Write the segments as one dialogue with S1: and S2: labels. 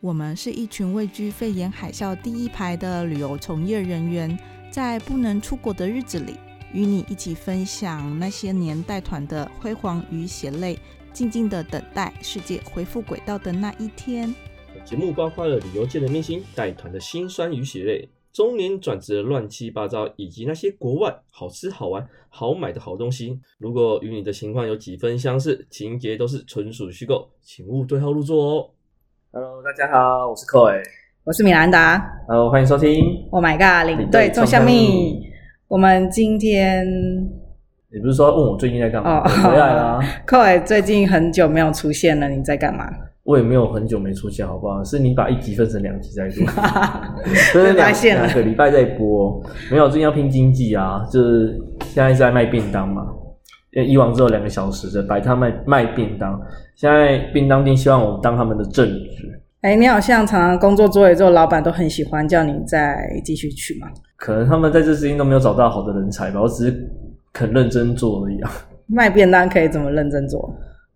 S1: 我们是一群位居肺炎海啸第一排的旅游从业人员，在不能出国的日子里，与你一起分享那些年带团的辉煌与血泪，静静的等待世界恢复轨道的那一天。
S2: 节目包括了旅游界的明星、带团的辛酸与血泪、中年转职的乱七八糟，以及那些国外好吃好玩好买的好东西。如果与你的情况有几分相似，情节都是纯属虚构，请勿对号入座哦。
S3: Hello，大家好，我是 Koi。
S1: 我是米兰达
S2: Hello，欢迎收听。
S1: ，Oh my god，
S2: 领队中
S1: 向
S2: 向蜜。
S1: 我们今天
S2: 你不是说问我最近在干嘛？
S1: 哦
S2: 我回来啊啦、
S1: Koi 最近很久没有出现了，你在干嘛？
S2: 我也没有很久没出现，好不好？是你把一集分成两集在做，所
S1: 被
S2: 以
S1: 发
S2: 两
S1: 现了
S2: 两个礼拜在播。没有，最近要拼经济啊，就是现在是在卖便当嘛。因为以往只有两个小时的摆摊卖卖便当，现在便当店希望我当他们的正职，
S1: 哎，你好像常常工作做一做，老板都很喜欢叫你再继续去嘛。
S2: 可能他们在这之间都没有找到好的人才吧。我只是肯认真做而已啊。
S1: 卖便当可以怎么认真做？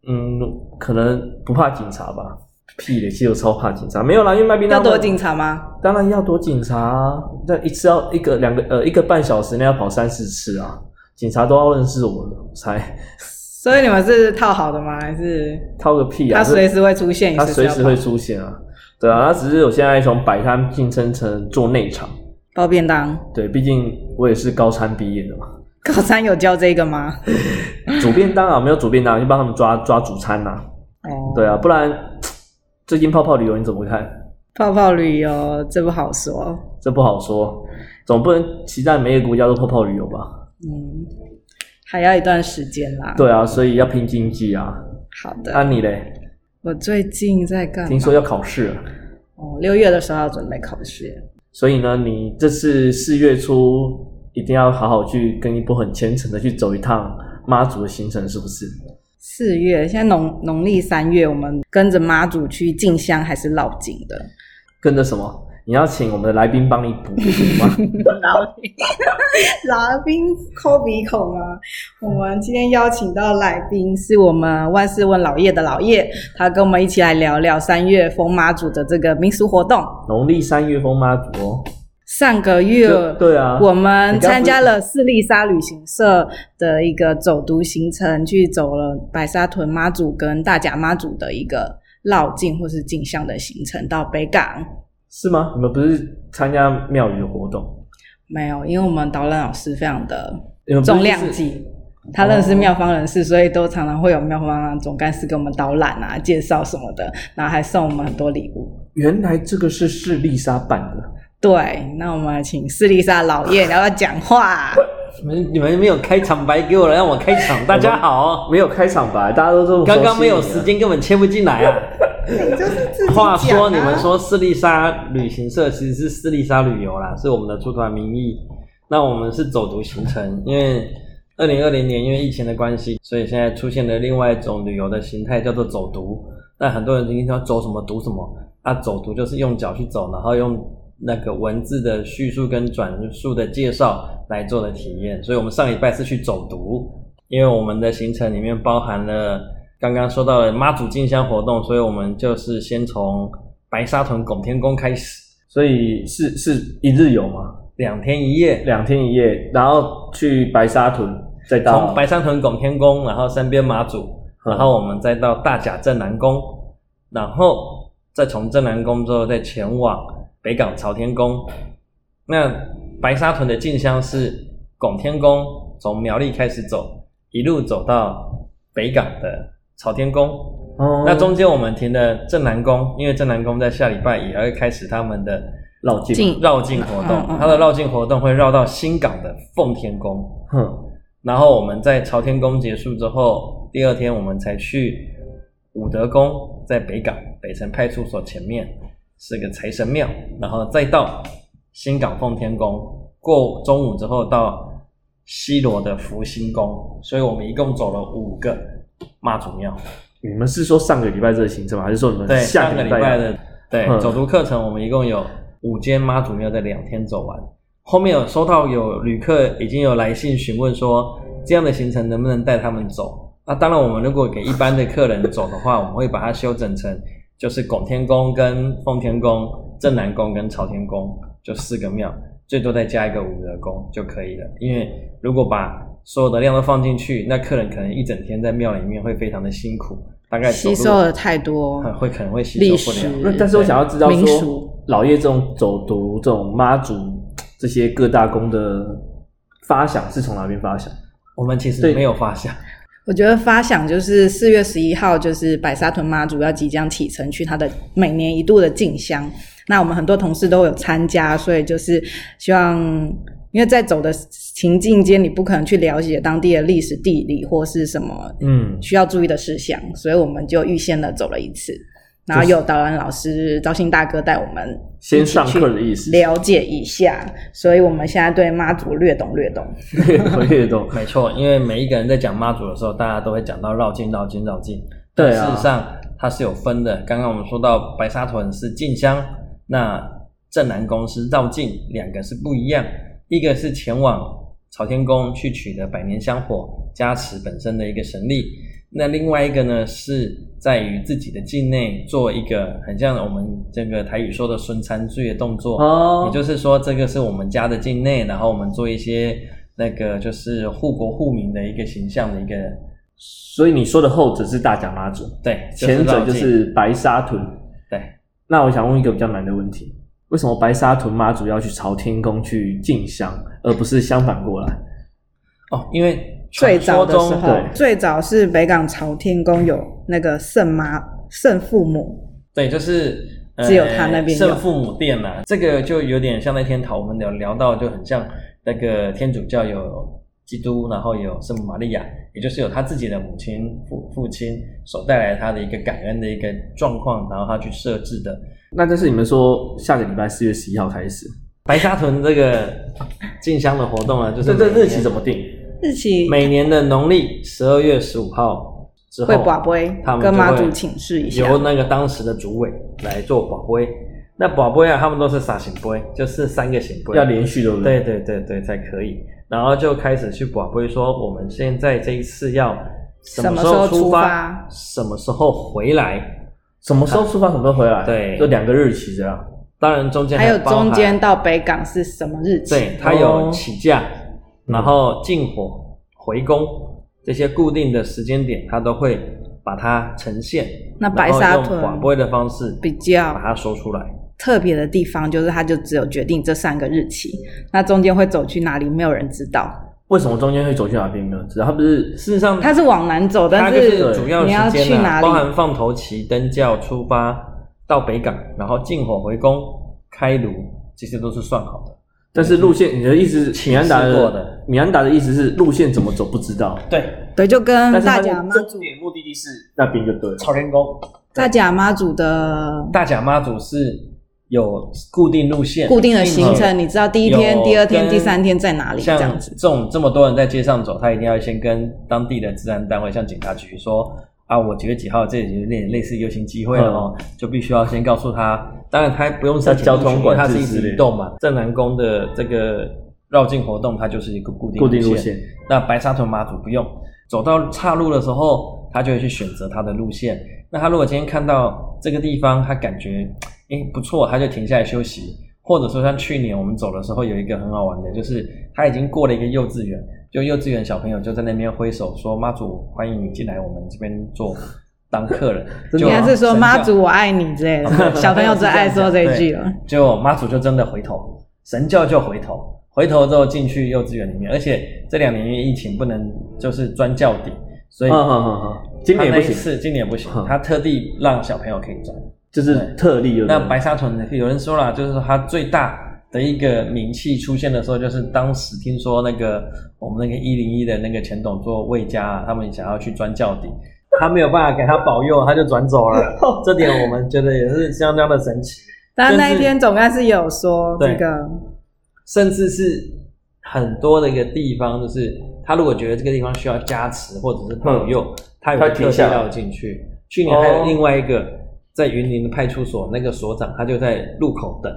S2: 嗯，可能不怕警察吧？屁嘞，其实我超怕警察。没有啦，因为卖便当
S1: 要躲
S2: 的
S1: 警察吗？
S2: 当然要躲警察、啊，那一次要一个两个呃一个半小时内要跑三四次啊，警察都要认识我了，我才
S1: 所以你们是套好的吗？还是
S2: 掏个屁啊！
S1: 他随时会出现？
S2: 他
S1: 你随
S2: 随
S1: 时
S2: 时
S1: 要
S2: 会
S1: 跑
S2: 出现啊，对啊，他只是我现在从摆摊晋升成做内场，
S1: 包便当。
S2: 对，啊毕竟我也是高参毕业的嘛，
S1: 高三有教这个吗？
S2: 主便当啊，没有主便当就帮他们抓抓主餐呐、
S1: 哦，
S2: 对啊，不然最近泡泡旅游你怎么看？
S1: 泡泡旅游这不好说。
S2: 这不好说，总不能期待每个国家都泡泡旅游吧？
S1: 嗯，还要一段时间啦。，
S2: 对啊，所以要拼经济啊。
S1: 好的。
S2: 那、你嘞？
S1: 我最近在干
S2: 听
S1: 嘛？
S2: 说要考试了。
S1: 哦，六月的时候要准备考试。
S2: 所以呢，你这次四月初一定要好好去跟一波很虔诚的去走一趟妈祖的行程，是不是？
S1: 四月，现在农农历三月，我们跟着妈祖去进香还是绕境的？
S2: 跟着什么？你要请我们的来宾帮你补补吗？
S1: 老宾，老宾抠鼻孔吗？我们今天邀请到来宾是我们万事问老叶的老叶，他跟我们一起来聊聊三月风妈祖的这个民俗活动。
S2: 农历三月风妈祖哦，
S1: 上个月
S2: 就对啊，
S1: 我们参加了四丽沙旅行社的一个走读行程，去走了白沙屯妈祖跟大甲妈祖的一个绕境或是进香的行程，到北港。
S2: 是吗？你们不是参加庙宇的活动？
S1: 没有，因为我们导览老师非常的
S2: 你们不是
S1: 重量
S2: 就是
S1: 级。他认识妙方人士，所以都常常会有妙方总干事给我们导览啊、介绍什么的，然后还送我们很多礼物。
S2: 原来这个是是丽莎办的，
S1: 对，那我们请斯丽莎老爷聊聊讲话。
S4: 你们你们没有开场白给我了，让我开 场。大家好，
S2: 没有开场白，大家都这么
S4: 刚刚没有时
S2: 熟悉
S4: 间，根本切不进 来啊。
S1: 你就是自己啊
S4: 话说，你们说斯丽莎旅行社其实是斯丽莎旅游啦，是我们的出团名义。那我们是走读行程，因为二零二零年因为疫情的关系，所以现在出现了另外一种旅游的形态，叫做走读。那很多人一定要走什么读什么啊，走读就是用脚去走，然后用那个文字的叙述跟转述的介绍来做的体验。所以我们上礼拜是去走读，因为我们的行程里面包含了刚刚说到的妈祖进香活动，所以我们就是先从白沙屯拱天宫开始，
S2: 所以是是一日游吗？
S4: 两天一夜，
S2: 两天一夜，然后去白沙屯，再到
S4: 从白沙屯拱天宫，然后山边马祖，
S2: 嗯
S4: 然后我们再到大甲镇南宫，然后再从镇南宫之后再前往北港朝天宫。那白沙屯的进香是拱天宫，从苗栗开始走，一路走到北港的朝天宫。
S2: 哦
S4: 那中间我们停了正南宫，因为正南宫在下礼拜也会开始他们的
S2: 绕境
S1: 进
S4: 绕境活
S1: 嗯嗯
S4: 动，它的绕境活动会绕到新港的奉天宫，
S2: 哼，
S4: 然后我们在朝天宫结束之后，第二天我们才去武德宫，在北港北城派出所前面是个财神庙，然后再到新港奉天宫，过中午之后到西罗的福星宫，所以我们一共走了五个妈祖庙。
S2: 你们是说上个礼拜这个行程吗？还是说你
S4: 对，
S2: 们下
S4: 上
S2: 个
S4: 个
S2: 礼
S4: 礼
S2: 拜
S4: 拜的对
S2: 嗯
S4: 走读课程，我们一共有五间妈祖庙在两天走完。后面有收到有旅客已经有来信询问说，这样的行程能不能带他们走？那当然，我们如果给一般的客人走的话，我们会把它修整成。就是拱天宫、跟奉天宫、正南宫跟朝天宫，就四个庙，最多再加一个武德宫就可以了。因为如果把所有的量都放进去，那客人可能一整天在庙里面会非常的辛苦，大概走
S5: 吸
S4: 路
S5: 收了太多
S4: 呃会可能会吸
S5: 历
S4: 收不
S5: 史
S4: 了。
S2: 那但是我想要知道
S5: 民
S2: 说
S5: 俗，
S2: 老叶这种走读、这种妈祖这些各大宫的发想是从哪边发想？
S4: 我们其实
S2: 对
S4: 没有发现，
S5: 我觉得发想就是四月十一号，就是白沙屯妈祖要即将启程去她的每年一度的进香。那我们很多同事都有参加，所以就是希望，因为在走的情境间，你不可能去了解当地的历史、地理或是什么
S4: 嗯，
S5: 需要注意的事项，所以我们就预先的走了一次。然后有导览老师 招新大哥带我们
S2: 先上课的意思，
S5: 了解一下，所以我们现在对妈祖略懂略懂。
S4: 嗯
S2: 我也懂。
S4: 没错，因为每一个人在讲妈祖的时候，大家都会讲到绕境、绕境、绕境。
S2: 对啊
S4: 但事实上它是有分的。刚刚我们说到白沙屯是进香，那镇南宫是绕境，两个是不一样。一个是前往朝天宫去取得百年香火，加持本身的一个神力；那另外一个呢，是在于自己的境内做一个很像我们这个台语说的“孙餐醉”的动作。
S2: 哦
S4: 也就是说，这个是我们家的境内，然后我们做一些那个就是护国护民的一个形象的一个
S2: 所以你说的后者是大甲妈祖，
S4: 对，
S2: 前者
S4: 绕
S2: 就
S4: 境
S2: 是白沙屯。
S4: 对，
S2: 那我想问一个比较难的问题：为什么白沙屯妈祖要去朝天宫去进香，而不是相反过来？
S4: 哦，因为
S5: 最早的
S4: 传
S5: 时
S4: 说中
S5: 候
S2: 对，
S5: 最早是北港朝天宫有那个圣妈、圣父母，
S4: 对，就是。呃
S5: 只有他那边有
S4: 圣父母殿呐、这个就有点像那天讨我们聊聊到，就很像那个天主教有基督，然后有圣母玛利亚，也就是有他自己的母亲、父父亲所带来他的一个感恩的一个状况，然后他去设置的。
S2: 那但是你们说下个礼拜四月十一号开始，
S4: 白沙屯这个进香的活动啊，就
S2: 这
S4: 是
S2: 这
S4: 每年
S2: 日期怎么定？
S5: 日期
S4: 每年的农历十二月十五号之后，
S5: 会寡杯
S4: 他们
S5: 跟
S4: 就
S5: 妈
S4: 会
S5: 祖请示一下
S4: 由那个当时的主委来做保杯。那保杯啊，他们都是啥行杯，就是三个行杯
S2: 要连续对不
S4: 对
S2: 对？
S4: 对对对才可以。然后就开始去保杯，说我们现在这一次要什么时候出发，什么时候回来。
S2: 什么时候出发，什么时候回来？
S4: 对
S2: 就两个日期这样。
S4: 当然中间
S5: 还有
S4: 包含
S5: 中间到北港是什么日期？
S4: 对，它
S2: 哦
S4: 有起驾，
S2: 嗯
S4: 然后进火、回宫这些固定的时间点，它都会把它呈现。
S5: 那白沙屯
S4: 然后用广播的方式
S5: 比较
S4: 把它说出来。
S5: 特别的地方就是，它就只有决定这三个日期，那中间会走去哪里，没有人知道。
S2: 为什么中间会走去哪边没有人知道？他不是
S4: 事实上，
S5: 它是往南走，
S4: 它
S5: 但
S4: 就是主要
S5: 你要
S4: 时
S5: 去
S4: 间
S5: 哪
S4: 啊，包含
S5: 里？
S4: 放头旗、登轿、出发到北港，然后进火回宫、开炉，这些都是算好的。
S2: 但是路线，你的意思是米安达
S4: 启示
S2: 的
S4: 过的
S2: 米安达的意思是路线怎么走不知道，
S4: 对，
S5: 对，就跟
S2: 但是
S5: 大
S2: 他的
S5: 甲妈
S2: 终点目的地是那边就对了。
S4: 朝天宫
S5: 大甲妈祖的
S4: 大甲妈祖是有固定路线、
S5: 固定的行程，你知道第一天、
S4: 有
S5: 第二天、
S4: 跟
S5: 第三天在哪里这
S4: 像
S5: 样子。
S4: 这种这么多人在街上走，他一定要先跟当地的治安单位，像警察局说啊，我几月几号，这里有点类似游行机会了哦，
S5: 嗯
S4: 就必须要先告诉他。当然，他不用申请
S2: 那交通管制
S4: 他是一
S2: 之类
S4: 直移动嘛。正南宫的这个绕境活动，它就是一个固定
S2: 固定路
S4: 路
S2: 线。
S4: 那白沙屯妈祖不用，走到岔路的时候，他就会去选择他的路线。那他如果今天看到这个地方，他感觉诶不错，他就停下来休息。或者说像去年我们走的时候，有一个很好玩的，就是他已经过了一个幼稚园，就幼稚园小朋友就在那边挥手说：“妈祖，欢迎你进来我们这边做当客人。”
S5: 你
S4: 就
S5: 还是说
S4: 神
S5: 妈
S4: 教
S5: 祖我爱你之类 的，小朋友最爱说这一句了。
S4: 结果妈祖就真的回头，神教就回头，回头之后进去幼稚园里面，而且这两年因为疫情不能就是专教底，所以
S2: 嗯嗯嗯嗯，今年也
S4: 他那
S2: 不行，
S4: 一次啊今年不行啊
S2: 嗯，
S4: 他特地让小朋友可以转。
S2: 就是特例就对
S4: 那
S2: 了。
S4: 白沙屯的有人说了，就是说他最大的一个名气出现的时候，就是当时听说那个我们那个一零一的那个前董座魏家、啊，他们想要去钻教底，他没有办法给他保佑，他就转走 了。这点我们觉得也是相当的神奇。
S5: 但那
S4: 但
S5: 一
S4: 是
S5: 天总干事有说这
S4: 对
S5: 个，
S4: 甚至是很多的一个地方，就是他如果觉得这个地方需要加持或者是保佑，他有
S2: 他
S4: 个
S2: 停
S4: 特地
S2: 下来
S4: 绕进去。去年还
S2: 哦
S4: 有另外一个、在云林的派出所，那个所长他就在路口等。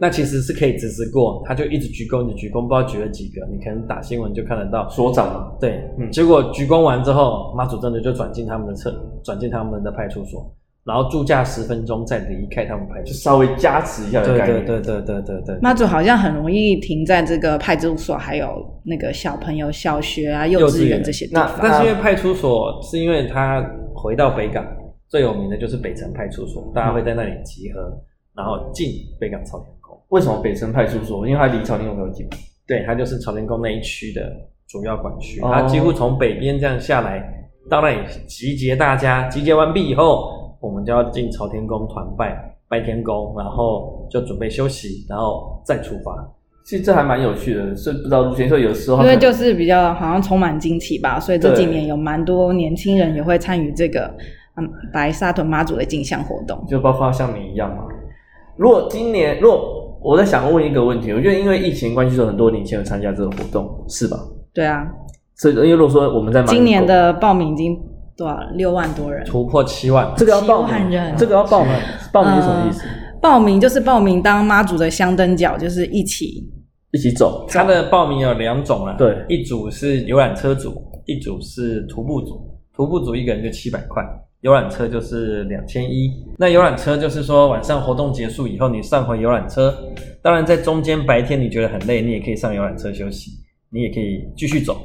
S4: 那其实是可以直直过，他就一直鞠躬，一直鞠躬，不知道鞠了几个，你可能打新闻就看得到。
S2: 所长嘛，
S4: 对，
S2: 嗯
S4: 结果鞠躬完之后，妈祖真的就转进他们的厕，转进他们的派出所，然后住驾十分钟再离开他们派出
S2: 就
S4: 所。
S2: 稍微加持一下的
S4: 对
S2: 概
S4: 对
S2: 念。
S4: 对对对对对，
S5: 妈祖好像很容易停在这个派出所，还有那个小朋友、小学啊、幼稚园这些地
S4: 那
S5: 方。
S4: 但
S2: 啊
S4: 是因为派出所是因为他回到北港最有名的就是北城派出所，大家会在那里集合，然后进北港朝天宫。
S2: 为什么北城派出所？因为它离朝天宫比较近。
S4: 对，它就是朝天宫那一区的主要管区，
S2: 哦
S4: 它几乎从北边这样下来到那里集结大家，集结完毕以后，我们就要进朝天宫团拜拜天公，然后就准备休息，然后再出发。
S2: 其实这还蛮有趣的，所以不知道路线，所以有时候它
S5: 因为
S2: 可能
S5: 就是比较好像充满惊奇吧，所以这
S2: 对
S5: 几年有蛮多年轻人也会参与这个嗯白沙屯妈祖的进香活动。
S2: 就包括像你一样嘛。如果今年，如果我在想问一个问题，我觉得因为疫情关系，所以很多年轻人参加这个活动，是吧？
S5: 对啊，
S2: 所以，因为如果说我们在马
S5: 今年的报名已经多少六万多人，
S4: 突破七万，
S2: 这个要报
S5: 七万
S2: 名，
S5: 人呃
S2: 这个要报名，报名是什么意思？
S5: 报名就是报名当妈祖的香灯脚，就是一起
S2: 一起走，
S4: 它的报名有两种啦，
S2: 对
S4: 一组是游览车组，一组是徒步组。徒步组一个人就七百块，游览车就是两千一。那游览车就是说晚上活动结束以后，你上回游览车，当然在中间白天你觉得很累，你也可以上游览车休息，你也可以继续走。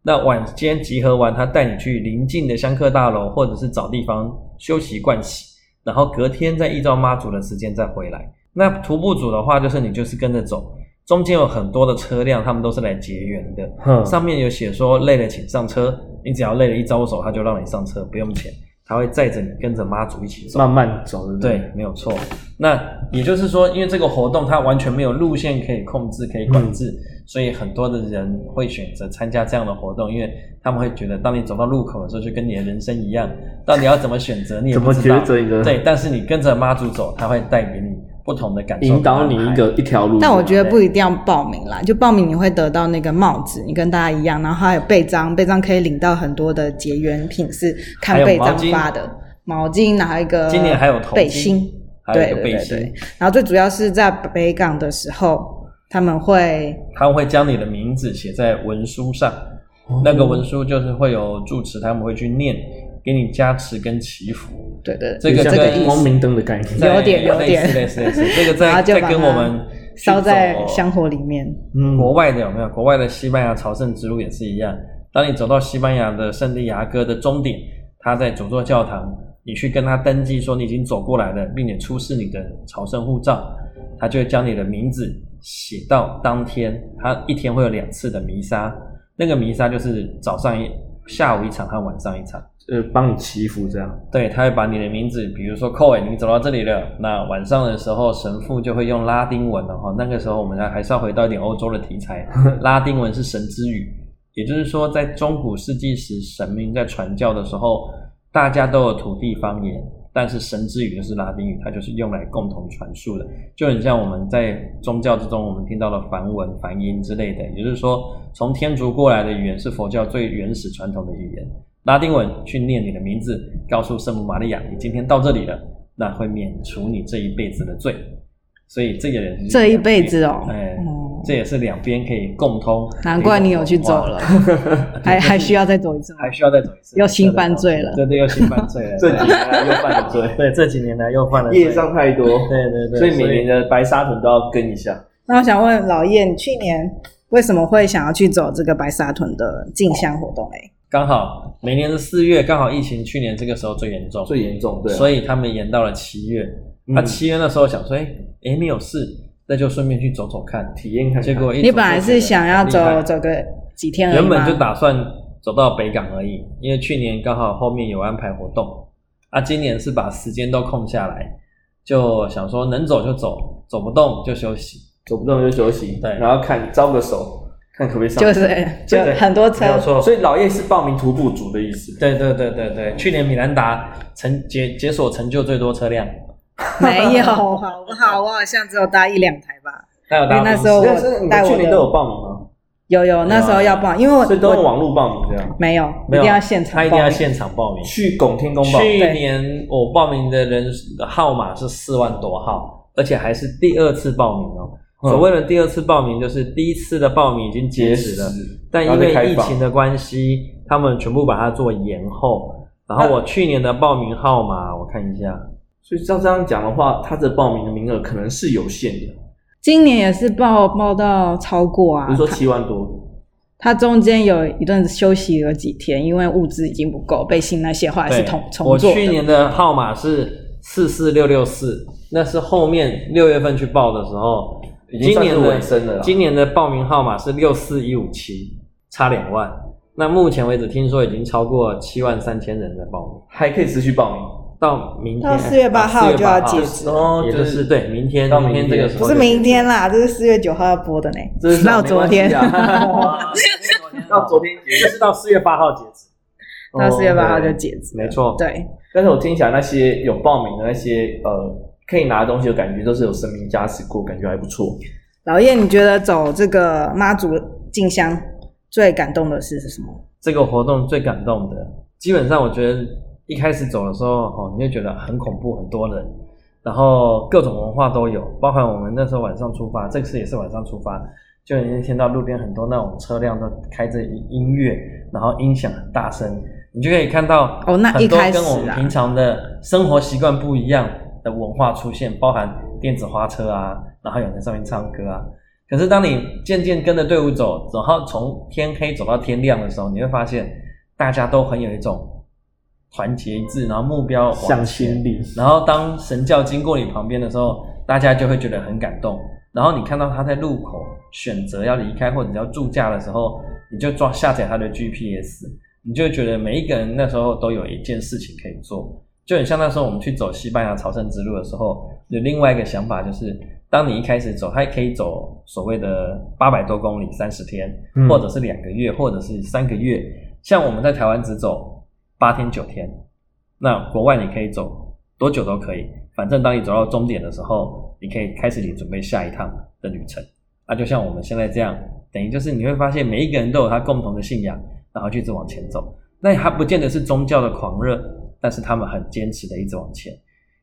S4: 那晚间集合完，他带你去邻近的香客大楼，或者是找地方休息盥洗，然后隔天再依照妈祖的时间再回来。那徒步组的话，就是你就是跟着走，中间有很多的车辆，他们都是来结缘的。
S2: 哼，
S4: 上面有写说累了请上车，你只要累了一招手，他就让你上车，不用钱，他会载着你跟着妈祖一起走。
S2: 慢慢走，对不对？
S4: 对，没有错。那也就是说，因为这个活动它完全没有路线可以控制、可以管
S2: 嗯
S4: 制，所以很多的人会选择参加这样的活动，因为他们会觉得，当你走到路口的时候，就跟你的人生一样，到底要怎么选择，你也
S2: 怎
S4: 不
S2: 么
S4: 知道
S2: 抉。择你的？
S4: 对，，但是你跟着妈祖走，他会带给你不同的感受，
S2: 引导你一个一条路。
S5: 但我觉得不一定要报名啦，就报名你会得到那个帽子，你跟大家一样，然后还有背章，背章可以领到很多的结缘品，是看
S4: 还有
S5: 背章
S4: 毛巾
S5: 发的毛巾，然后一个
S4: 今年还有头巾
S5: 背心，
S4: 还有一
S5: 对
S4: 个
S5: 对
S4: 背
S5: 对
S4: 心
S5: 对，然后最主要是在北港的时候，他们会
S4: 他会将你的名字写在文书上，那个文书就是会有住持他们会去念，给你加持跟祈福。
S5: 对对
S4: 这个
S5: 这个意
S4: 跟
S2: 光
S5: 思，
S2: 明灯的概念，
S4: 在
S5: 有点有点
S4: 类似类似类似，这个
S5: 然
S4: 在
S5: 后就
S4: 在
S5: 把
S4: 跟
S5: 它
S4: 我们去
S5: 烧在
S4: 走
S5: 香火里面，
S2: 嗯
S4: 国外的有没有？国外的西班牙朝圣之路也是一样。当你走到西班牙的圣地牙哥的终点，他在主座教堂，你去跟他登记说你已经走过来了，并且出示你的朝圣护照，他就会将你的名字写到当天。他一天会有两次的弥撒，那个弥撒就是早上一、下午一场和晚上一场。
S2: 呃，帮你祈福这样。
S4: 对，他会把你的名字，比如说 Coy，你走到这里了。那晚上的时候，神父就会用拉丁文了哦哈。那个时候我们要还是要回到一点欧洲的 题材，拉丁文是神之语，也就是说，在中古世纪时，神明在传教的时候，大家都有土地方言，但是神之语就是拉丁语，它就是用来共同传述的，就很像我们在宗教之中我们听到的梵文、梵音之类的。也就是说，从天竺过来的语言是佛教最原始传统的语言。拉丁文去念你的名字，告诉圣母玛利亚，你今天到这里了，那会免除你这一辈子的罪。所以这个人
S5: 这一辈子哦
S4: 哎，
S5: 哦
S4: 这也是两边可以共通。
S5: 难怪你有去走了，还还需要再走一次吗，
S4: 哎还需要再走一次，
S5: 又新犯罪了
S4: 对对，又新犯罪了。
S2: 这几年来又犯了罪，
S4: 对这几年来又犯了罪
S2: 业障太多，
S4: 对对对，
S2: 所以每年的白沙屯都要跟一下。
S5: 那我想问老叶，你去年为什么会想要去走这个白沙屯的进香活动？哎，
S4: 刚好每年的四月，刚好疫情去年这个时候最严重，
S2: 最严重，对啊，
S4: 所
S2: 以
S4: 以他们延到了七月。
S2: 嗯
S4: 他七月那时候想说，哎哎没有事，那就顺便去走走看。
S2: 体验看看。
S4: 结果一走
S5: 你本来
S4: 就觉得
S5: 是想要
S4: 厉害
S5: 走走个几天而已
S4: 原本
S5: 吗
S4: 就打算走到北港而已，因为去年刚好后面有安排活动，啊，今年是把时间都空下来，就想说能走就走，走不动就休息。
S2: 走不动就休息，
S4: 对
S2: 然后看招个手，看可不可以上。
S5: 就是就
S2: 对对
S5: 很多车
S4: 没有错
S2: 所以老叶是报名徒步组的意思。
S4: 对对对对对，去年米兰达成解解锁成就最多车辆，
S5: 没有，好不好？我好像只有搭一两台吧。
S4: 那有
S5: 因为
S4: 达
S5: 那时候我
S2: 但是你们
S5: 带我
S2: 去年
S5: 的
S2: 都有报名吗？
S5: 有有，那时候要报，因为我
S2: 所以都用
S5: 我
S2: 网络报名这样。
S5: 没有，
S4: 没有
S5: 一定要现场报
S4: 他
S5: 名，
S4: 一定要现场报名。
S2: 去拱天宫报
S4: 去
S2: 名，
S4: 年我报名的人号码是四万多号，而且还是第二次报名哦。
S2: 嗯
S4: 所谓的第二次报名，就是第一次的报名已经截止了，但
S2: 然
S4: 因
S2: 后再
S4: 为
S2: 开
S4: 疫
S2: 放
S4: 情的关系，他们全部把它做延后。然后我去年的报名号码我看一下，
S2: 所以照这样讲的话，他的报名的名额可能是有限的，
S5: 今年也是报报到超过啊
S2: 比如，说七万多，
S5: 他中间有一段休息了几天，因为物资已经不够，被信那些后来是
S4: 对
S5: 重，重
S4: 我
S5: 做
S4: 去
S5: 的。
S4: 年的号码是四四六六四，那是后面六月份去报的时候，
S2: 已经
S4: 今
S2: 算是
S4: 年
S2: 尾
S4: 的
S2: 声了啦。
S4: 今年的报名号码是六四一五七，差两万。那目前为止，听说已经超过七万三千人在报名，
S2: 还可以持续报名，
S4: 到明天
S5: 到4月8号
S2: 啊
S5: 就要截止
S4: 4月8号
S2: 哦
S4: 也就是对明天
S2: 到明
S4: 天
S2: 天
S4: 这个时
S5: 不
S4: 候就是
S5: 明天啦，这是四月九号要播的呢。
S2: 这是
S5: 到昨天，
S4: 啊
S2: 啊 到昨天结
S4: 就
S2: 束，
S4: 是到四月八号截止，
S5: 到四月八号就截止。
S4: 哦没错。
S5: 对，
S2: 哦但是我听起来那些有报名的那些呃可以拿的东西，我感觉都是有神明加持过，感觉还不错。
S5: 老叶，你觉得走这个妈祖进香最感动的事是什么？
S4: 这个活动最感动的，基本上我觉得一开始走的时候，哦，你就觉得很恐怖，很多人，然后各种文化都有，包含我们那时候晚上出发，这次也是晚上出发，就已经听到路边很多那种车辆都开着音乐，然后音响很大声，你就可以看到
S5: 哦那一
S4: 很多
S5: 开始
S4: 跟我们
S5: 啊
S4: 平常的生活习惯不一样的文化出现，包含电子花车啊，然后有人在上面唱歌啊，可是当你渐渐跟着队伍走，然后从天黑走到天亮的时候，你会发现大家都很有一种团结一致，然后目标往前。
S2: 力，
S4: 然后当神教经过你旁边的时候，大家就会觉得很感动。然后你看到他在路口选择要离开或者要驻驾的时候，你就抓下载他的 GPS，你就会觉得每一个人那时候都有一件事情可以做。就很像那时候我们去走西班牙朝圣之路的时候，有另外一个想法，就是当你一开始走，它可以走所谓的八百多公里、三十天，
S2: 嗯
S4: 或者是两个月，或者是三个月。像我们在台湾只走八天九天，那国外你可以走多久都可以，反正当你走到终点的时候，你可以开始你准备下一趟的旅程。那就像我们现在这样，等于就是你会发现每一个人都有他共同的信仰，然后就一直往前走。那他不见得是宗教的狂热，但是他们很坚持的一直往前。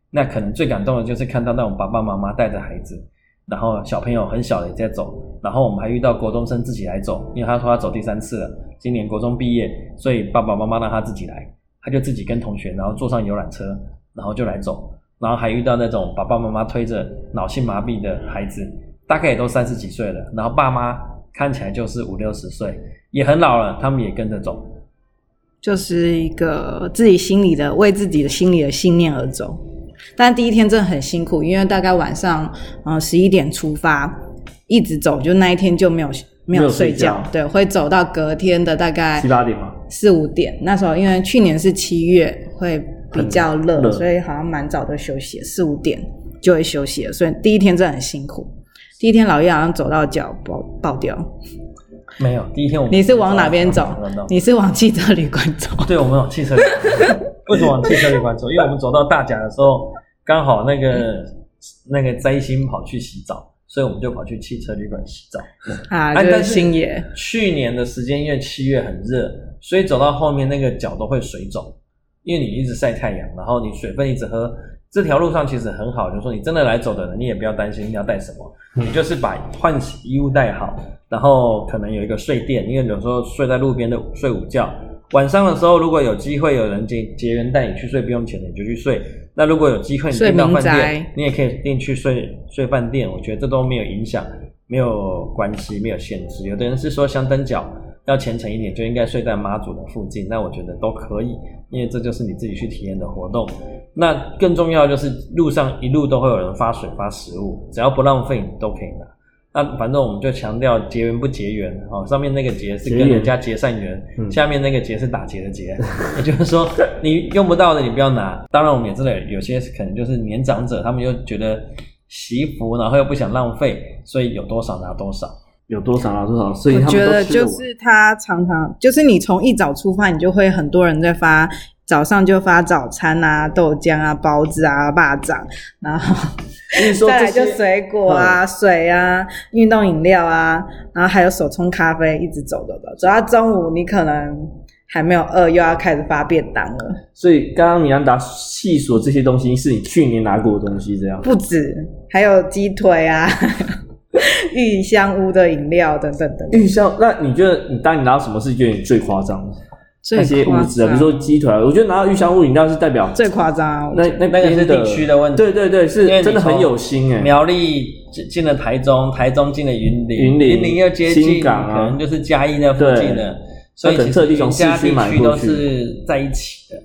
S4: 那可能最感动的就是看到那种爸爸妈妈带着孩子，然后小朋友很小的也在走，然后我们还遇到国中生自己来走，因为他说他走第三次了，今年国中毕业，所以爸爸妈妈让他自己来，他就自己跟同学，然后坐上游览车，然后就来走，然后还遇到那种爸爸妈妈推着脑性麻痹的孩子，大概也都三十几岁了，然后爸妈看起来就是五六十岁，也很老了，他们也跟着走，
S5: 就是一个自己心里的为自己的心里的信念而走。但第一天真的很辛苦，因为大概晚上呃十一点出发，一直走，就那一天就没有没
S2: 没
S5: 有
S2: 有
S5: 睡
S2: 睡
S5: 觉
S2: 觉，
S5: 对，会走到隔天的大概
S2: 七八点嘛，
S5: 四五点。那时候因为去年是七月，会比较
S2: 很
S5: 热，
S2: 热
S5: 所以好像蛮早就休息了，四五点就会休息了。所以第一天真的很辛苦。第一天老叶好像走到脚爆爆掉，
S4: 没有，第一天我们
S5: 你是往哪边走
S4: 往哪边？
S5: 你是往汽车旅馆走？
S4: 对，我们往汽车旅馆走。 为什么往汽车旅馆走？因为我们走到大甲的时候，刚好那个
S5: 嗯
S4: 那个灾星跑去洗澡，所以我们就跑去汽车旅馆洗澡。
S5: 啊，
S4: 啊
S5: 就
S4: 但
S5: 是
S4: 是
S5: 星野。
S4: 去年的时间因为七月很热，所以走到后面那个脚都会水肿，因为你一直晒太阳，然后你水分一直喝。这条路上其实很好，就是说你真的来走的人，你也不要担心你要带什么，
S5: 嗯
S4: 你就是把换洗衣物带好，然后可能有一个睡垫，因为有时候睡在路边的睡午觉。晚上的时候，如果有机会有人结结缘带你去睡，不用钱的你就去睡。那如果有机会你
S5: 睡
S4: 订到
S5: 民
S4: 饭
S5: 宅
S4: 店，你也可以订去睡睡饭店，我觉得这都没有影响，没有关系，没有限制。有的人是说香灯脚要虔诚一点，就应该睡在妈祖的附近，那我觉得都可以，因为这就是你自己去体验的活动。那更重要的就是路上一路都会有人发水发食物，只要不浪费你都可以拿。那反正我们就强调结缘不结缘哦，上面那个结是
S2: 结
S4: 跟
S2: 缘
S4: 人家结善缘，
S2: 嗯
S4: 下面那个结是打结的结，也就是说你用不到的你不要拿。当然我们也知道有有些可能就是年长者，他们又觉得惜福，然后又不想浪费，所以有多少拿多少。
S2: 有多少拿多少，所以
S5: 我
S2: 他们
S5: 觉
S2: 都
S5: 得
S2: 吃得
S5: 就
S2: 完
S5: 是他常常就是你从一早出发，你就会很多人在发。早上就发早餐啊、豆浆啊、包子啊、霸掌，然后
S2: 就是说
S5: 再
S2: 这
S5: 来就
S2: 些嗯
S5: 水果啊、水啊、运动饮料啊，然后还有手冲咖啡，一直走走走，走到中午你可能还没有饿，又要开始发便当了，
S2: 所以刚刚米兰达细数这些东西是你去年拿过的东西，这样。
S5: 不止，还有鸡腿啊、 玉香屋的饮料等等等等。
S2: 玉香，那你觉得你当你拿到什么是觉得你最夸张的？
S5: 最
S2: 那些物
S5: 夸
S2: 质啊，
S5: 张，
S2: 比如说鸡腿啊，我觉得拿到玉香屋饮料是代表
S5: 最夸张啊，我
S2: 那那
S4: 那个是
S2: 边的
S4: 地区的问题
S2: 对对对，是
S4: 因为你
S2: 真的很
S4: 从
S2: 有心哎、
S4: 苗栗进进了台中，台中进了云林，
S2: 云林
S4: 林又接近，
S2: 新港啊
S4: 可能就是嘉义那附近的
S2: 对，
S4: 所以
S2: 那可
S4: 其
S2: 能特
S4: 实
S2: 地从
S4: 云
S2: 市
S4: 嘉
S2: 区
S4: 地
S2: 买
S4: 区
S2: 过
S4: 都
S2: 去
S4: 是在一起的。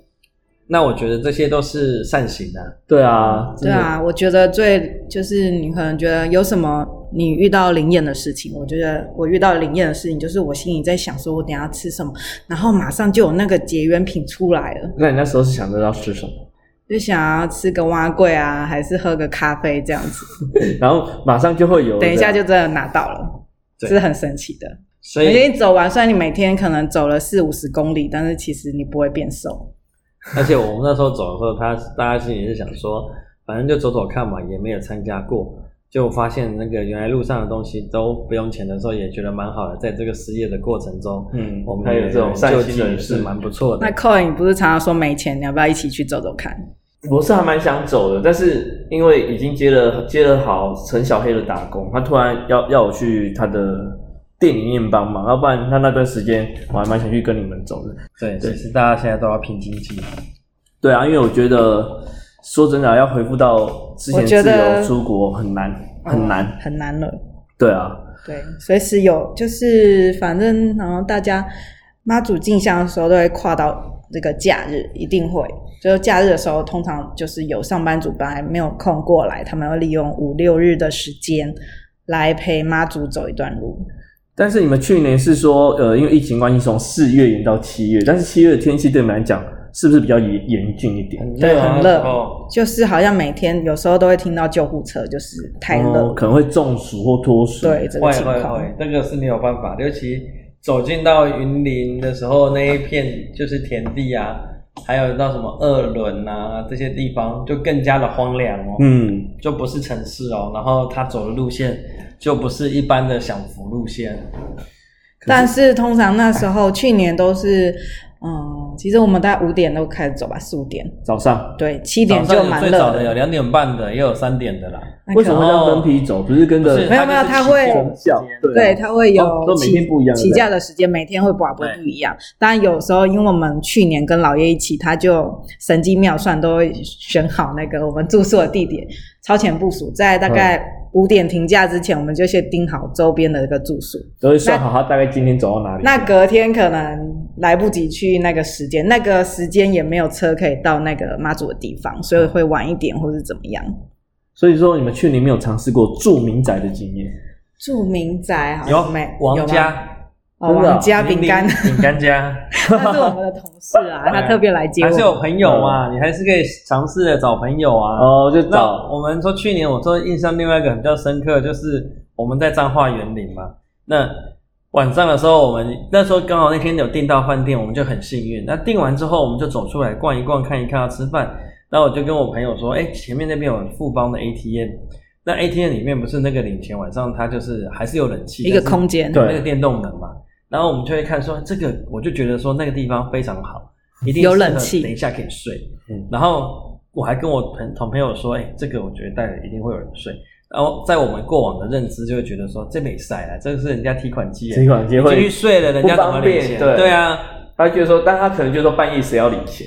S4: 那我觉得这些都是善行啊，
S2: 对啊，
S5: 对啊，我觉得最就是你可能觉得有什么你遇到灵验的事情，我觉得我遇到灵验的事情就是我心里在想说我等一下吃什么，然后马上就有那个结缘品出来了，
S2: 那你那时候是想着要吃什么，
S5: 就想要吃个蛙桂啊，还是喝个咖啡这样子，
S2: 然后马上就会有。
S5: 等一下就真的拿到了，
S4: 哦对
S5: 是很神奇的。
S4: 所
S5: 而且
S4: 以
S5: 你走完，虽然你每天可能走了四五十公里，但是其实你不会变瘦。
S4: 而且我们那时候走的时候，他大家心里是想说，反正就走走看嘛，也没有参加过，就发现那个原来路上的东西都不用钱的时候，也觉得蛮好的。在这个失业的过程中，
S2: 嗯
S4: 我们
S2: 还有
S4: 也
S2: 这种善
S4: 救
S2: 心
S4: 济
S2: 人
S4: 也是
S2: 士
S4: 蛮不错
S5: 那
S4: 的。
S5: Cohen，你不是常常说没钱，你要不要一起去走走看？
S2: 我是还蛮想走的，但是因为已经接了接了好陈小黑的打工，他突然要要我去他的店里面帮忙，要不然他那段时间我还蛮想去跟你们走的。
S4: 对，
S2: 对
S4: 其实大家现在都要拼经济。
S2: 对啊，因为我觉得说真的啊，要恢复到之前
S5: 我
S2: 自
S5: 觉得
S2: 由出国很难很难。
S5: 嗯很难了。
S2: 对啊，
S5: 对，随时有，就是反正然后大家妈祖进香的时候都会跨到这个假日，一定会。就是假日的时候，通常就是有上班族本来没有空过来，他们会利用五六日的时间来陪妈祖走一段路。
S2: 但是你们去年是说，呃，因为疫情关系从四月延到七月，但是七月的天气对你们来讲是不是比较严严峻一点？
S5: 对很热
S4: 哦，
S5: 就是好像每天有时候都会听到救护车，就是太热了，
S2: 哦可能会中暑或脱水。
S5: 对这
S4: 会
S5: 个情
S4: 会
S5: 况。
S4: 会，这个是没有办法的。尤其走进到云林的时候，那一片就是田地啊，还有到什么二轮啊这些地方，就更加的荒凉哦。
S2: 嗯，
S4: 就不是城市哦，然后他走的路线就不是一般的享福路线。
S5: 但是通常那时候去年都是，嗯，其实我们大概五点都开始走吧，四五点，
S2: 早上
S5: 对，七
S4: 早
S5: 点
S4: 上
S5: 就
S4: 有
S5: 蛮
S4: 最
S5: 热
S4: 早的有两点半的，也有三点的啦。
S5: 那
S2: 为
S5: 可
S2: 什么会
S5: 能
S2: 这样分批走？不是跟着
S4: 不是
S5: 没有没有，
S4: 它
S5: 它
S4: 就是起
S5: 会
S4: 价
S2: 成效？
S5: 对，
S2: 啊
S5: 它会
S2: 哦
S5: 有
S2: 都每天不一样
S5: 起
S2: 对不对
S5: 价的时间，每天会不不
S4: 对
S5: 不一样。当然有时候，因为我们去年跟老爷一起，他就神机妙算，都会选好那个我们住宿的地点，超前部署，在
S2: 嗯
S5: 大概五点停价之前，我们就先盯好周边的一个住宿。
S2: 都会算好他大概今天走到哪里。
S5: 那隔天可能来不及去那个时间，那个时间也没有车可以到那个妈祖的地方，所以会晚一点或是怎么样。
S2: 所以说你们去年没有尝试过住民宅的经验，
S5: 住民宅好
S4: 有
S5: 像没
S4: 王
S5: 有吗
S4: 家
S5: 哦，
S2: 真的啊
S5: 王家饼干
S4: 云。林饼干 家，
S5: 他是我们的同事 啊，他特别来接
S4: 哎还是有
S5: 我。
S4: 朋友嘛？你还是可以尝试着找朋友啊。
S2: 哦，就
S4: 那
S2: 找
S4: 我们说去年我说印象另外一个很比较深刻，就是我们在彰化园林嘛。那晚上的时候，我们那时候刚好那天有订到饭店，我们就很幸运。那订完之后，我们就走出来逛一逛，看一看，要吃饭。然后我就跟我朋友说：“哎、前面那边有富邦的 ATM，那 ATM 里面不是那个领钱，晚上它就是还是有冷气，
S5: 一个
S4: 但是
S5: 空间，
S2: 对
S4: 那个电动门嘛。然后我们就会看说，这个我就觉得说那个地方非常好，一定
S5: 有
S4: 适合
S5: 冷气
S4: 等一下可以睡。
S2: 嗯
S4: 然后我还跟我朋同朋友说，哎、这个我觉得待会一定会有人睡。然后在我们过往的认知，就会觉得说这没晒啊，这个是人家提款机耶，
S2: 提款机
S4: 你进
S2: 会
S4: 去，睡了，人家怎么领
S2: 不方
S4: 钱？
S2: 便对
S4: 对啊，
S2: 他觉得说，但他可能就说半夜谁要领钱？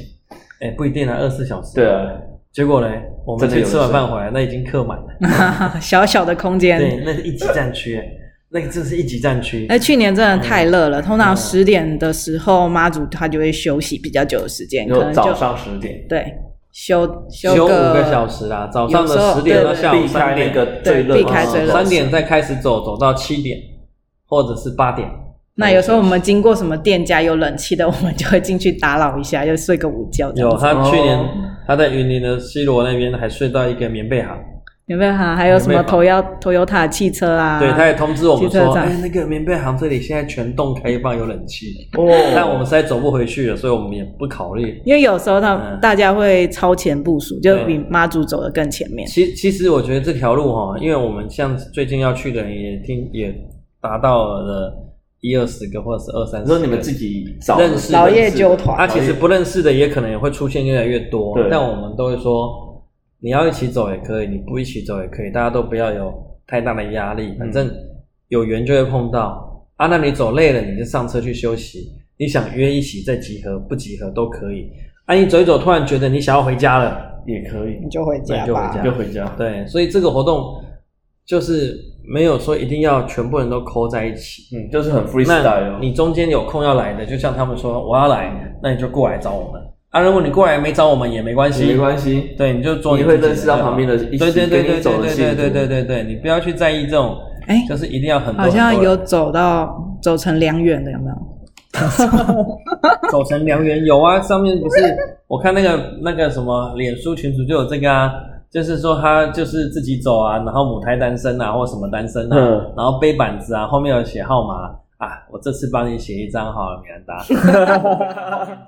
S4: 哎、不一定啊，二十四小时。
S2: 对啊，
S4: 结果呢，我们
S2: 真的
S4: 去
S2: 有
S4: 吃完饭回来，那已经客满了。
S5: 小小的空
S4: 对
S5: 间。，
S4: 那是一级战区耶，那个真是一级战区。
S5: 哎，去年真的太热了，通
S4: 嗯
S5: 常十点的时候，妈祖她就会休息比较久的时间，
S2: 你
S5: 可
S2: 说
S5: 能就
S2: 早上十点，
S5: 对休
S4: 休五
S5: 个
S4: 个小时啦，早上
S5: 有时
S4: 的
S5: 候
S4: 十点到
S5: 对对
S4: 下午
S2: 避
S4: 三
S2: 开
S4: 点
S2: 那，个最热的时
S5: 对避
S2: 候，
S5: 开最热
S4: 哦三点再开始走，走到七点或者是八点。
S5: 那有时候我们经过什么店家有冷气的，我们就会进去打扰一下，就睡个午觉这
S4: 有
S5: 样子。
S4: 他去年
S2: 哦
S4: 他在云林的西罗那边还睡到一个棉被行，
S5: 有没有哈？还有什么
S4: 有没有
S5: 头腰头油塔汽车啊？
S4: 对，他也通知我们
S5: 汽车
S4: 说，
S5: 站
S4: 哎，那个棉被行这里现在全栋开放有冷气，
S2: 哦
S4: 但我们实在走不回去了，所以我们也不考虑。
S5: 因为有时候他
S4: 嗯
S5: 大家会超前部署，就
S4: 对
S5: 比妈祖走的更前面。
S4: 其其实我觉得这条路哈，因为我们像最近要去的人也听也达到了一二十个或者是二三
S2: 你
S4: 十个，
S2: 说你们自己找
S4: 认识
S5: 老
S4: 的
S5: 叶纠团，
S4: 啊，其实不认识的也可能也会出现越来越多
S2: 对，
S4: 但我们都会说，你要一起走也可以，你不一起走也可以，大家都不要有太大的
S2: 嗯
S4: 压力，反正有缘就会碰到。啊，那你走累了，你就上车去休息。你想约一起再集合，不集合都可以。啊，你走一走，突然觉得你想要回家了，
S2: 也可以
S5: 你，就回家
S4: 对就回
S5: 吧。
S4: 家
S2: 就回家。
S4: 对，所以这个活动就是没有说一定要全部人都扣在一起。
S2: 嗯，就是很
S4: 那
S2: freestyle。
S4: 你中间有空要来的，就像他们说我要来，那你就过来找我们。啊，如果你过来没找我们也没关系，
S2: 没关系，
S4: 对，你就做
S2: 你
S4: 自己
S2: 会
S4: 的
S2: 认识到
S4: 就好
S2: 旁边的一起
S4: 对对对
S2: 跟
S4: 对
S2: 你走的
S4: 对对
S2: 幸
S4: 对
S2: 福
S4: 对对对，你不要去在意这种，
S5: 哎
S4: 就是一定要很多
S5: 好像
S4: 很多
S5: 有
S4: 人
S5: 走到走成良缘的，有没有？
S4: 走成良缘，有啊，上面不是我看那个那个什么脸书群组就有这个啊，就是说他就是自己走啊，然后母胎单身啊，或什么单身啊，
S2: 嗯
S4: 然后背板子啊，后面有写号码啊，我这次帮你写一张好了，米兰达，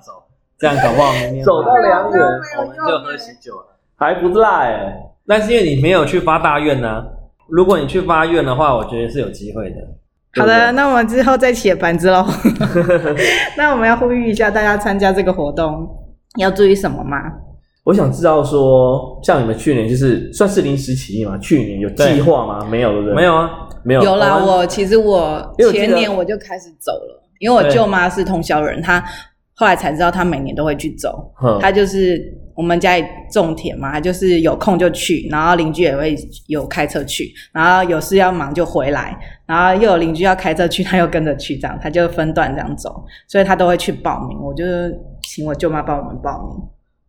S4: 走，这样搞不好明年
S2: 走到良缘
S4: 我们就喝喜酒了。
S2: 还不赖、欸。
S4: 但是因为你没有去发大愿呢、如果你去发愿的话，我觉得是有机会的。
S5: 好的，那我们之后再写板子喽。那我们要呼吁一下大家参加这个活动要注意什么吗？
S2: 我想知道说，像你们去年就是算是临时起意嘛？去年有计划吗？没有，对不对？
S4: 没有，啊，
S2: 没有。
S5: 有啦，
S2: 们
S5: 我其实我
S2: 因为我记得
S5: 前年我就开始走了，因为我
S2: 对
S5: 舅妈是通宵人，她后来才知道她每年都会去走，
S4: 嗯
S2: 哼
S5: 她就是我们家里种田嘛，她就是有空就去，然后邻居也会有开车去，然后有事要忙就回来，然后又有邻居要开车去，她又跟着去，这样她就分段这样走，所以她都会去报名。我就是请我舅妈帮我们报名。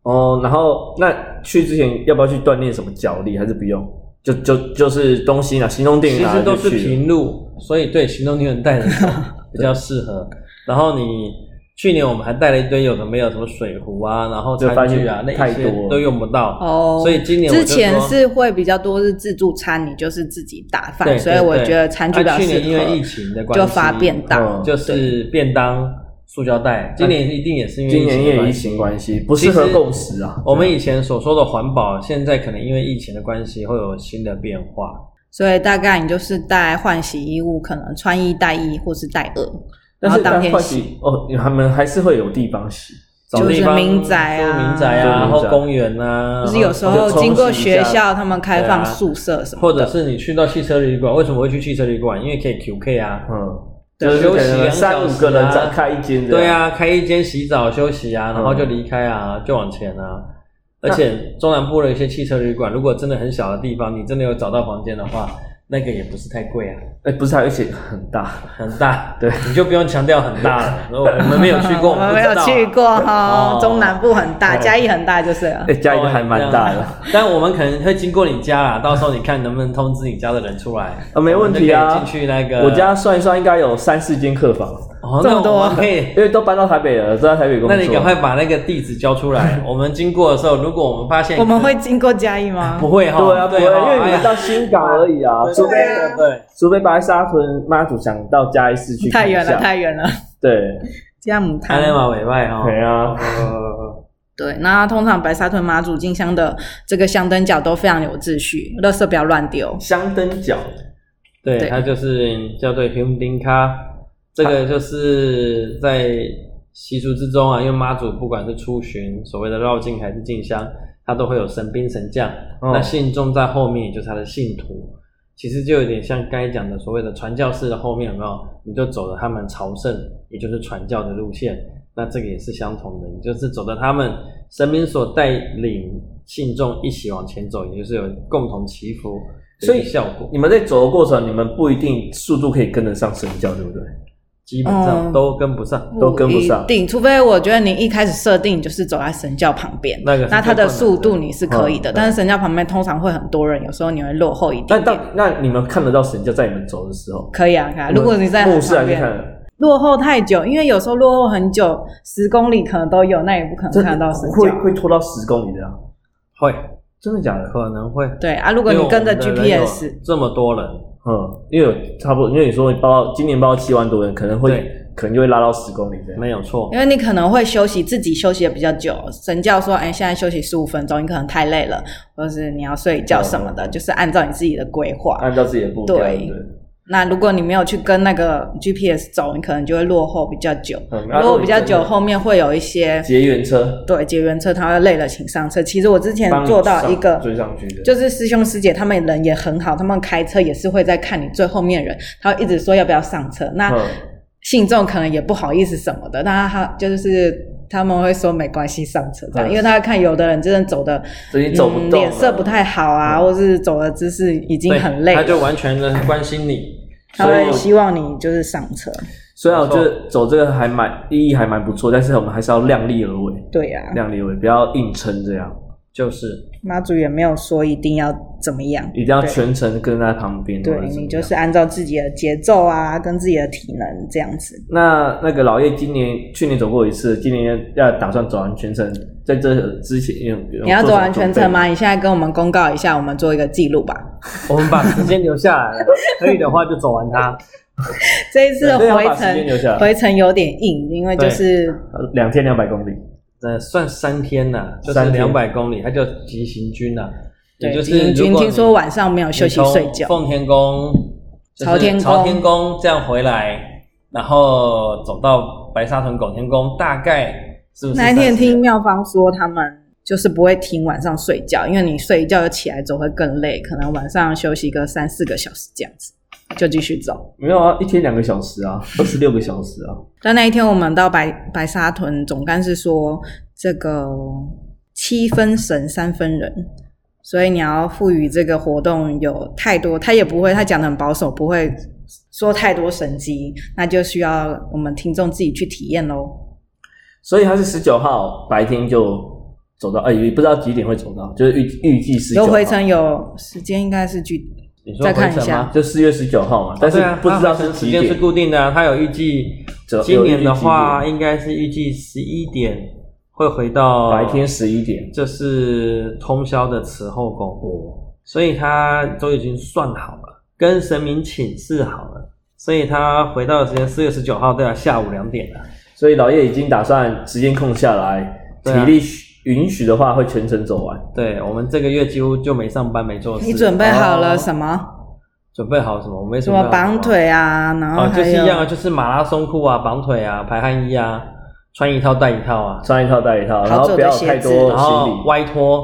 S2: 哦，然后那去之前要不要去锻炼什么脚力，还是不用？就就就是东西拿行动电
S4: 其
S2: 源拿
S4: 实
S2: 着
S4: 都
S2: 就是去
S4: 平路，所以对行动电源带着走比较适合。然后你去年我们还带了一堆有的没有什么水壶啊，然后
S2: 就发
S4: 餐
S2: 现
S4: 具啊，那
S2: 太
S4: 一
S2: 多
S4: 些
S2: 了
S4: 都用不到。
S5: 哦
S4: 所以今年我
S5: 之
S4: 就说
S5: 前是会比较多是自助餐，你就是自己打
S4: 对
S5: 饭，
S4: 对
S5: 所以我觉得餐具比
S4: 啊
S5: 较
S4: 去
S5: 适合。
S4: 年因为疫情的关
S5: 就
S4: 系
S5: 发便当
S2: 嗯，
S4: 就是便当、塑胶袋。今年一定也是因为
S2: 今年
S4: 疫情的
S2: 也
S4: 关
S2: 疫
S4: 系
S2: 情关系，不适合共识啊。
S4: 我们
S2: 对
S4: 以前所说的环保，现在可能因为疫情的关系会有新的变化。
S5: 所以大概你就是带换洗衣物，可能穿一带一或是带二，
S2: 但
S5: 然
S2: 是
S5: 后当天
S2: 换
S5: 洗。
S2: 洗哦，他们还是会有地方洗。
S4: 找地方
S5: 就是民宅啊
S4: 住民
S2: 对
S4: 宅啊，然
S2: 民
S4: 后
S2: 宅
S4: 公园啊，
S5: 就是有时
S4: 然后
S5: 候
S2: 就冲
S5: 经过
S2: 洗一下
S5: 学校，他们开放
S4: 对啊
S5: 宿舍什么
S4: 或
S5: 的，
S4: 者是你去到汽车旅馆，为什么会去汽车旅馆？因为可以 QK 啊，
S2: 嗯，就
S4: 对
S2: 是可能
S4: 休息两
S2: 三
S4: 个小时啊
S2: 五个人展开一间这
S4: 对
S2: 样，
S4: 啊，开一间洗澡休息啊，
S2: 嗯
S4: 然后就离开啊，就往前啊。而且中南部的一些汽车旅馆，如果真的很小的地方，你真的有找到房间的 话，那个也不是太贵啊，
S2: 哎，不是，而且很大。
S4: 很大，
S2: 对，
S4: 你就不用强调很 大了。我我们没有去过，
S5: 我们
S4: 不
S5: 没
S4: 知
S5: 有
S4: 道啊
S5: 去 过哈
S4: 哦，
S5: 中南部很大，嘉义很大就是了
S2: 哎，。家里还蛮大的，
S4: 但我们可能会经过你家啦，到 时候你看能不能通知你家的人出来
S2: 啊没问题啊
S4: 我们就可以进去那个
S2: 我家算一算应该有三四间客房，
S4: 哦，
S5: 这
S4: 那
S5: 么多
S4: 我们可以
S2: 因，为都搬到台北了，都在台北工
S4: 那
S2: 作。
S4: 你赶快把那个地址交 出来。我们经过的时候，如果我们发现
S5: 我们会经过嘉义吗？
S4: 哎不会哈？
S2: 对啊，不会，
S4: 哈
S2: 因为你
S4: 哎呀
S2: 们到新港而已
S4: 哎
S2: 啊，除非
S4: 对对，
S2: 除非白沙屯妈祖想到嘉义市去看
S5: 太
S2: 一
S5: 远
S2: 下，
S5: 了，太远了，
S2: 对，
S5: 这样不太
S4: 安内马尾拜哈。
S2: 对啊，
S5: 对，那通常白沙屯妈祖进香的这个香灯角都非常有秩序，垃圾不要乱丢。
S2: 香灯角，
S4: 对，
S5: 对
S4: 它就是叫做 h u m d i n k a 这个就是在习俗之中啊，因为妈祖不管是出巡，所谓的绕境还是进香，它都会有神兵神将。
S2: 哦
S4: 那信众在后面，也就是他的信徒，其实就有点像刚才讲的所谓的传教士的后面，有没有？你就走了他们朝圣，也就是传教的路线。那这个也是相同的，你就是走着他们神明所带领信众一起往前走，也就是有共同祈福
S2: 所
S4: 的一
S2: 以
S4: 个效果。
S2: 你们在走的过程，你们不一定速度可以跟得上神教，对不对？
S4: 基本上都跟不上。
S2: 都跟不上
S5: 嗯一定，除非我觉得你一开始设定就是走在神教旁边，
S4: 那个是
S5: 那它
S4: 最困难
S5: 的
S4: 的
S5: 速度你是可以的，
S2: 嗯
S5: 但是神教旁边通常会很多人，有时候你会落后一
S2: 那
S5: 点
S2: 到
S5: 点。
S2: 那你们看得到神教在你们走的时候，
S5: 可以啊，可以啊。如果你在
S2: 目视
S5: 旁
S2: 还是
S5: 边
S2: 看得
S5: 落后太久，因为有时候落后很久，十公里可能都有，那也不可能
S2: 真
S5: 看得到神
S2: 会
S5: 教。
S2: 会拖到十公里的啊，
S4: 会，
S2: 真的假的？
S4: 可能会。
S5: 对啊，如
S4: 如
S5: 果你跟着 GPS，
S4: 这么多人，
S2: 嗯，因为有差不多，因为你说你报到今年报到七万多人，可能会
S4: 对
S2: 可能就会拉到十公里这样。
S4: 没有错
S5: 因。为你可能会休息，自己休息的比较久。神教说，哎，现在休息十五分钟，你可能太累了，或者是你要睡一觉什么的，就是按照你自己的规划。
S2: 嗯按照自己的步调，
S5: 对
S2: 对不对。
S5: 那如果你没有去跟那个 GPS 走，你可能就会落后比较久。
S2: 嗯
S5: 如果比较久，后面会有一些
S2: 结缘车
S5: 对结缘车，他会累了请上车。其实我之前做到一
S2: 帮你上
S5: 个。
S2: 追上去的，
S5: 就是师兄师姐他们人也很好，他们开车也是会在看你最后面人，他会一直说要不要上车。那
S2: 嗯
S5: 信众可能也不好意思什么的，但他就是他们会说没关系上车这样，
S2: 嗯
S5: 因为大家看有的人真的走的
S2: 所以走不动了
S5: 脸色不太好啊，
S2: 嗯
S5: 或是走的姿势已经
S4: 对，
S5: 很累
S4: 他
S5: 了，
S4: 就完全的关心你。
S5: 他
S2: 所以
S5: 会希望你就是上车，
S2: 虽然我觉
S4: 没
S2: 得走这个还蛮意义还蛮不错，但是我们还是要量力而为，
S5: 对呀、啊，
S2: 量力而为，不要硬撑这样，
S4: 就是
S5: 妈祖也没有说一定要怎么样，
S2: 一定要
S5: 对
S2: 全程跟在旁边。或
S5: 对
S2: 者怎么
S5: 你
S2: 样
S5: 就是按照自己的节奏啊，跟自己的体能这样子。
S2: 那那个老叶今年去年走过一次，今年要打算走完全程，在这之前有有
S5: 你要走
S2: 做什么
S5: 完全
S2: 准备
S5: 程吗？？你现在跟我们公告一下，我们做一个记录吧。
S4: 我们把时间留下来 了，可以的话就走完它。
S5: 这一次的
S2: 对要
S5: 回
S2: 把时间留下来
S5: 程回程有点硬，因为就是
S2: 呃两千两百公里，
S4: 呃，算三天呐、就是
S2: 三天
S4: 两百公里，它叫急行军呐、也
S5: 对，
S4: 就
S5: 急
S4: 是
S5: 行军
S4: 如果
S5: 听
S4: 你
S5: 说晚上没有休息
S4: 你从
S5: 睡觉，
S4: 奉天宫、就是
S5: 朝天宫
S4: 朝天宫这样回来，然后走到白沙屯拱天宫，大概是不是
S5: 那一天
S4: 30
S5: 听妙方说，他们就是不会停晚上睡觉，因为你睡一觉就起来走会更累，可能晚上休息个三四个小时这样子，就继续走。
S2: 没有啊，一天两个小时啊，二十六个小时啊，
S5: 但那一天我们到白白沙屯，总干事说这个七分神三分人，所以你要赋予这个活动有太多，他也不会，他讲的很保守，不会说太多神机，那就需要我们听众自己去体验喽。
S2: 所以他是十九号白天就走到，哎、也不知道几点会走到，就是预预计十九
S5: 有
S2: 号，
S5: 回程有时间，应该是距
S4: 你说
S5: 再看一
S4: 回程
S5: 下
S4: 吗。
S2: 就四月十九号嘛，但是
S4: 对啊
S2: 不知道
S4: 它回
S2: 是
S4: 程时
S2: 几
S4: 间
S2: 点。
S4: 是固定的、啊，它有预计
S2: 走。
S4: 今年的话，
S2: 有
S4: 应该是预计十一点会回到
S2: 白天十一点，
S4: 这是通宵的慈后宫，
S2: 哦
S4: 所以他都已经算好了，跟神明请示好了，所以他回到的时间四月十九号，对啊，下午两点了。
S2: 所以老叶已经打算时间空下来，体
S4: 对啊
S2: 力允许的话会全程走完。
S4: 对我们这个月几乎就没上班，没做事。
S5: 你准备好了什
S4: 么？
S5: 么？
S4: 哦准备好什么？我没
S5: 什
S4: 准备
S5: 么
S4: 好
S5: 绑腿啊，然后
S4: 啊，就
S5: 还
S4: 是一
S5: 有
S4: 样啊，就是马拉松裤啊，绑腿啊，排汗衣啊，穿一套带一套啊，
S2: 穿一套带一套，
S5: 好
S2: 然后
S5: 走
S2: 不
S5: 的
S2: 要
S5: 鞋
S2: 太
S5: 子
S2: 多
S4: 然
S2: 行
S4: 后
S2: 李，
S4: 歪拖，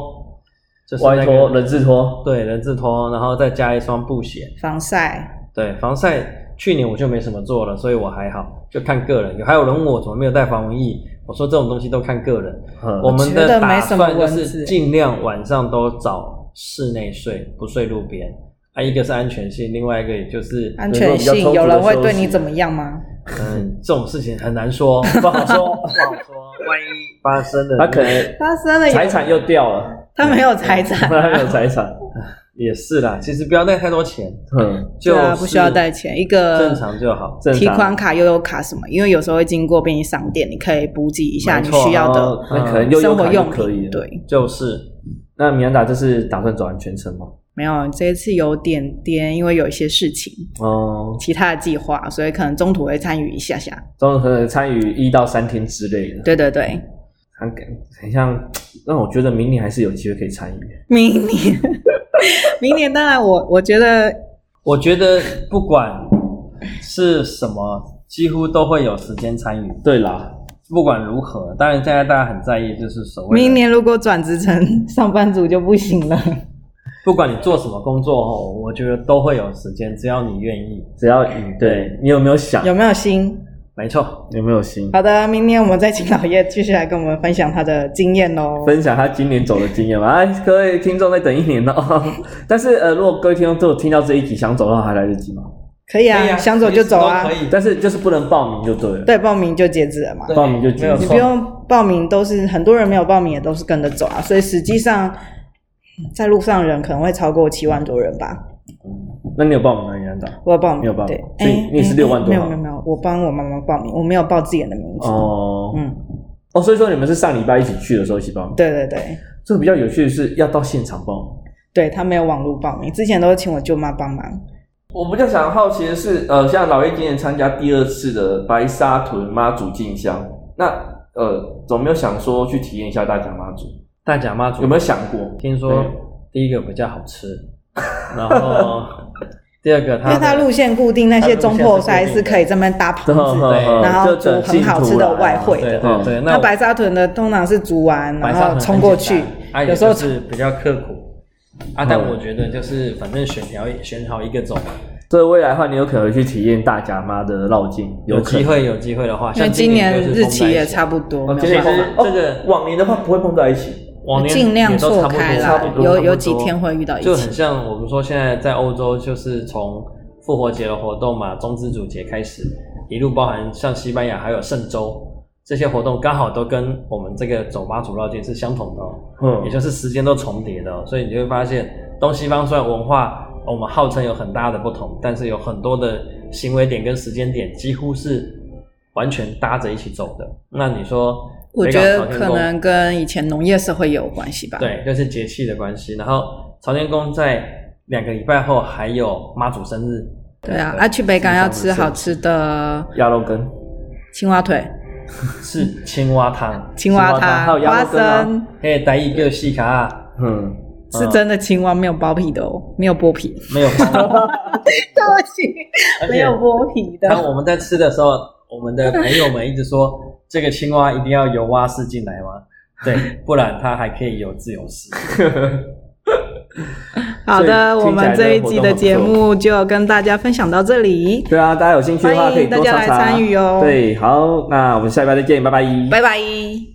S4: 就是那
S2: 歪
S4: 个
S2: 拖、人字拖，
S4: 对人字拖，然后再加一双布鞋。
S5: 防晒，
S4: 对，防晒去年我就没什么做了，所以我还好，就看个人。有还有人问我怎么没有带防蚊液，我说这种东西都看个人。
S2: 嗯
S4: 我们
S5: 我觉
S4: 的
S5: 得
S4: 打
S5: 没什么
S4: 算就
S5: 蚊
S4: 是
S5: 子
S4: 尽量晚上都找室内睡，不睡路边。啊，一个是安全性，另外一个也就是
S5: 安全性
S2: 有一个比较充足的
S5: 有人会对
S2: 休
S5: 你
S2: 息
S5: 怎么样吗？
S4: 嗯，这种事情很难说，不好说， 不好说。万一发生了，
S2: 他可能
S5: 发生了
S2: 财产又掉 了，
S5: 他没有财产，
S2: 他没有财产，
S4: 也是啦。其实不要带太多钱，
S2: 嗯，
S4: 就
S5: 对啊，
S4: 是
S5: 不需要带钱，一个
S4: 正常就好。
S2: 正常
S5: 提款卡、悠游卡什么，因为有时候会经过便利商店，你可以补给一下
S4: 没
S5: 你
S4: 错
S5: 需要
S2: 哦
S5: 的
S2: 那可能悠悠
S5: 生活
S2: 卡就
S5: 用
S2: 可以
S5: 品。
S2: 了。，
S5: 对，
S4: 就是
S2: 那米兰达这是打算走完全程吗？
S5: 没有这一次有点颠，因为有一些事情，
S2: 哦，
S5: 其他的计划，所以可能中途会参与一下下。
S2: 中可能参与一到三天之类的，
S5: 对对对，
S2: 很感很像，让我觉得明年还是有机会可以参与。
S5: 明年， 明年当然我我觉得
S4: 我觉得不管是什么，几乎都会有时间参与。
S2: 对啦，
S4: 不管如何，当然现在大家很在意，就是所谓的
S5: 明，年如果转职成上班族就不行了。
S4: 不管你做什么工作哦，我觉得都会有时间，只要你愿意。
S2: 只要你对你有没有想，
S5: 有没有心？
S4: 没错，
S2: 有没有心
S5: 好的，明年我们再请老叶继续来跟我们分享他的经验喽。
S2: 分享他今年走的经验嘛？哎，各位听众再等一年哦。 但是呃，如果各位听众都有听到这一集想走的话，还来得及吗？
S5: 可以
S4: 对
S5: 啊，
S4: 呀
S5: 想走就走啊
S4: 随，时都可以
S2: 但是就是不能报名就对了。
S5: 对，报名就截止了嘛。
S4: 对
S2: 报名就结
S4: 没有
S2: 束
S5: 你
S4: 错
S5: 不用报名，都是很多人没有报名也都是跟着走啊，所以实际上在路上人可能会超过七万多人吧。
S2: 那你有报名吗，杨导？
S5: 我有报名，
S2: 你有报
S5: 对，
S2: 所以
S5: 哎
S2: 你是
S5: 哎
S2: 6万多
S5: 没有
S2: 吗
S5: 没有没有，我帮我妈妈报名，我没有报自己的名字。
S2: 哦，
S5: 嗯，
S2: 哦，所以说你们是上礼拜一起去的时候一起报名。
S5: 对对对，
S2: 这个比较有趣的是要到现场报名。
S5: 对他没有网络报名，之前都是请我舅妈帮忙。
S2: 我比较想好奇的是，呃，像老叶今年参加第二次的白沙屯妈祖进香，那呃，有没有想说去体验一下大甲妈祖？
S4: 大甲妈祖
S2: 有没有想过？
S4: 听
S2: 没
S4: 说
S2: 有
S4: 第一个比较好吃， 然后第二
S5: 因
S4: 个
S5: 为
S4: 它
S5: 它
S4: 的
S5: 路线固定，那些中破塞是可以这边搭棚子，然后煮很好吃的外汇
S4: 对
S5: 的。
S4: 对对，那
S5: 那
S4: 我
S5: 白沙屯的通常是煮完
S4: 白
S5: 然
S4: 沙
S5: 后
S4: 很
S5: 冲过去
S4: 简单啊，
S5: 有
S4: 有
S5: 时
S4: 时
S5: 候
S4: 候是比较刻苦啊，但
S2: 嗯
S4: 我觉得就是反正选条选好一个走，
S2: 所以未来的话，你有可能会去体验大甲妈的绕境，
S4: 有
S2: 可能
S4: 机。会有机会的话，
S5: 因为
S4: 像
S5: 今
S4: 年
S5: 年
S4: 就是
S5: 日期
S4: 封在
S5: 也
S4: 一起
S5: 差不多，
S4: 哦
S5: 没有
S4: 今年是
S2: 哦
S4: 这个
S2: 往年的话不会碰到一起，
S4: 往年
S5: 尽量
S4: 也都
S5: 错
S4: 差不多
S5: 开
S4: 差
S5: 啦
S4: 不，多差
S5: 有
S4: 不
S5: 有
S4: 多
S5: 几天会遇到一
S4: 就很
S5: 起。
S4: 像我们说现在在欧洲，就是从复活节的活动嘛，中之主节开始，一路包含像西班牙还有圣周这些活动，刚好都跟我们这个走吧主绕境是相同的、哦，
S2: 嗯
S4: 也，就是时间都重叠的哦、所以你就会发现东西方虽然文化我们号称有很大的不同，但是有很多的行为点跟时间点几乎是完全搭着一起走的。那你说
S5: 我
S4: 北
S5: 觉
S4: 港
S5: 得
S4: 朝天宫，
S5: 可能跟以前农业社会也有关系吧。，
S4: 对，就是节气的关系。然后朝天宫在两个礼拜后还有妈祖生日，
S5: 对啊，啊去北港要吃好吃的
S2: 鸭肉羹，
S5: 青蛙腿、
S4: 是青蛙汤，
S5: 青蛙
S2: 还有
S5: 汤、
S2: 鸭
S5: 花
S2: 肉羹啊
S5: 生，
S4: 哦嘿，台语叫细卡啊，
S2: 嗯，
S5: 是真的青蛙，没有剥皮的哦，没有剥皮。
S4: 没有哦包。
S5: 对不起，
S4: 而且
S5: 没有剥皮的。
S4: 然后我们在吃的时候，我们的朋友们一直说，这个青蛙一定要由蛙式进来吗？ 对，不然它还可以有自由式。
S5: 好的，
S2: 所以
S5: 我们这一集的节目就跟大家分享到这里，
S2: 对啊，大家有兴趣的话可以多查查
S5: 欢迎大家来参与哦
S2: 对，好，那我们下礼拜再见，拜拜。
S5: 拜拜。